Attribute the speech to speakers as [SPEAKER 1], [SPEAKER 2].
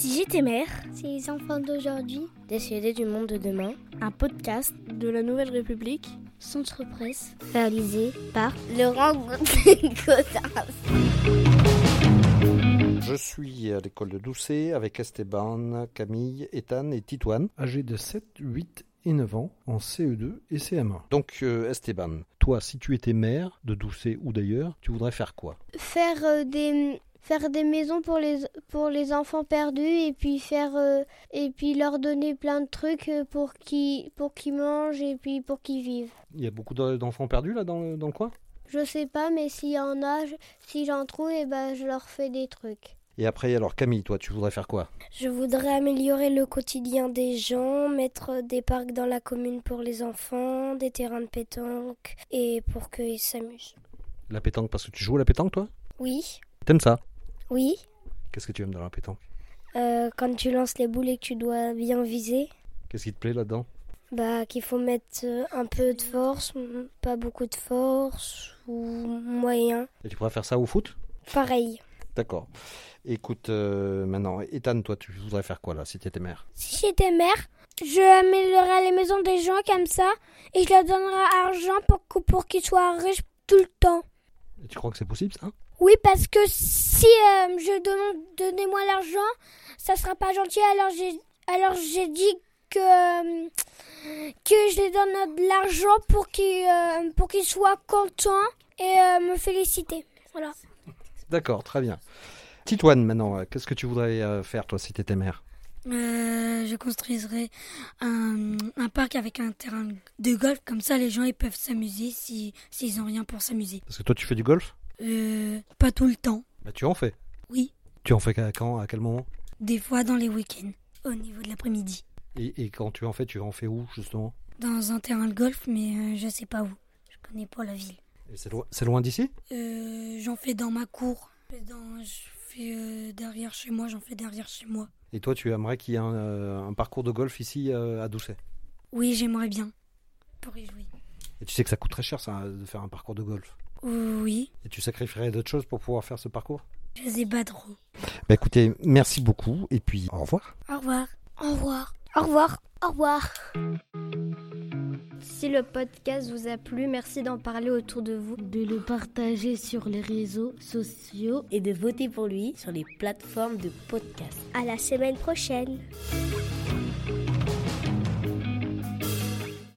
[SPEAKER 1] Minute et Mère,
[SPEAKER 2] C'est les enfants d'aujourd'hui,
[SPEAKER 1] Décédés du monde de demain, un podcast de la Nouvelle République,
[SPEAKER 2] Centre Presse, réalisé par
[SPEAKER 1] Laurent Gaudin.
[SPEAKER 3] Je suis à l'école de Doucet avec Esteban, Camille, Ethan et Titoine, âgés de 7, 8 et 9 ans, en CE2 et CM1. Donc euh, Esteban, toi, si tu étais maire de Doucet ou d'ailleurs, tu voudrais faire quoi
[SPEAKER 2] faire euh, des faire des maisons pour les pour les enfants perdus et puis faire euh, et puis leur donner plein de trucs euh, pour qu'ils pour qu'ils mangent et puis pour qu'ils vivent.
[SPEAKER 3] Il y a beaucoup d'en- d'enfants perdus là dans le, dans le coin
[SPEAKER 2] Je sais pas mais s'il y en a, je- si j'en trouve et ben je leur fais des trucs.
[SPEAKER 3] Et après, alors Camille, toi, tu voudrais faire quoi
[SPEAKER 1] Je voudrais améliorer le quotidien des gens, mettre des parcs dans la commune pour les enfants, des terrains de pétanque et pour qu'ils s'amusent.
[SPEAKER 3] La pétanque, parce que tu joues à la pétanque, toi
[SPEAKER 1] Oui,
[SPEAKER 3] T'aimes ça
[SPEAKER 1] oui.
[SPEAKER 3] Qu'est-ce que tu aimes dans la pétanque
[SPEAKER 1] euh, quand tu lances les boules et que tu dois bien viser,
[SPEAKER 3] Qu'est-ce qui te plaît là-dedans
[SPEAKER 1] bah qu'il faut mettre euh, un peu de force, mm, pas beaucoup de force ou moyen.
[SPEAKER 3] Et tu pourrais faire ça au foot
[SPEAKER 1] Pareil.
[SPEAKER 3] D'accord. Écoute, euh, maintenant, Ethan, toi, tu voudrais faire quoi là si t'étais maire
[SPEAKER 2] Si j'étais mère, je améliorerais les maisons des gens comme ça et je leur donnerais argent pour pour qu'ils soient riches tout le temps.
[SPEAKER 3] Et tu crois que c'est possible ça
[SPEAKER 2] Oui, parce que si euh, je demande donnez-moi l'argent, ça sera pas gentil. Alors j'ai alors j'ai dit que euh, que je les donne de l'argent pour qu'ils euh, pour qu'ils soient contents et euh, me féliciter. Voilà.
[SPEAKER 3] D'accord, très bien. Titoine, maintenant, euh, qu'est-ce que tu voudrais euh, faire, toi, si t'étais maire
[SPEAKER 4] Euh, je construiserai un, un parc avec un terrain de golf, comme ça les gens ils peuvent s'amuser si s'ils ont rien pour s'amuser.
[SPEAKER 3] Parce que toi, tu fais du golf
[SPEAKER 4] Euh, pas tout le temps,
[SPEAKER 3] Bah, tu en fais.
[SPEAKER 4] Oui.
[SPEAKER 3] Tu en fais à quand À quel moment
[SPEAKER 4] des fois dans les week-ends, au niveau de l'après-midi,
[SPEAKER 3] et, et quand tu en fais, tu en fais où, justement
[SPEAKER 4] dans un terrain de golf, mais euh, je sais pas où. Je connais pas la ville.
[SPEAKER 3] Et C'est loin, c'est loin d'ici
[SPEAKER 4] Euh, j'en fais dans ma cour, dans, je fais euh, derrière chez moi, j'en fais derrière chez moi.
[SPEAKER 3] Et toi, tu aimerais qu'il y ait un, euh, un parcours de golf ici, euh, à Doucet
[SPEAKER 4] Oui, j'aimerais bien pour y jouer.
[SPEAKER 3] Et tu sais que ça coûte très cher, ça, de faire un parcours de golf.
[SPEAKER 4] Oui,
[SPEAKER 3] Et tu sacrifierais d'autres choses pour pouvoir faire ce parcours
[SPEAKER 4] je sais pas trop.
[SPEAKER 3] Bah, écoutez, merci beaucoup, et puis au revoir.
[SPEAKER 4] Au revoir.
[SPEAKER 2] Au revoir. Au revoir. Au revoir.
[SPEAKER 5] Si le podcast vous a plu, merci d'en parler autour de vous.
[SPEAKER 6] de le partager sur les réseaux sociaux
[SPEAKER 7] et de voter pour lui sur les plateformes de podcast.
[SPEAKER 2] À la semaine prochaine.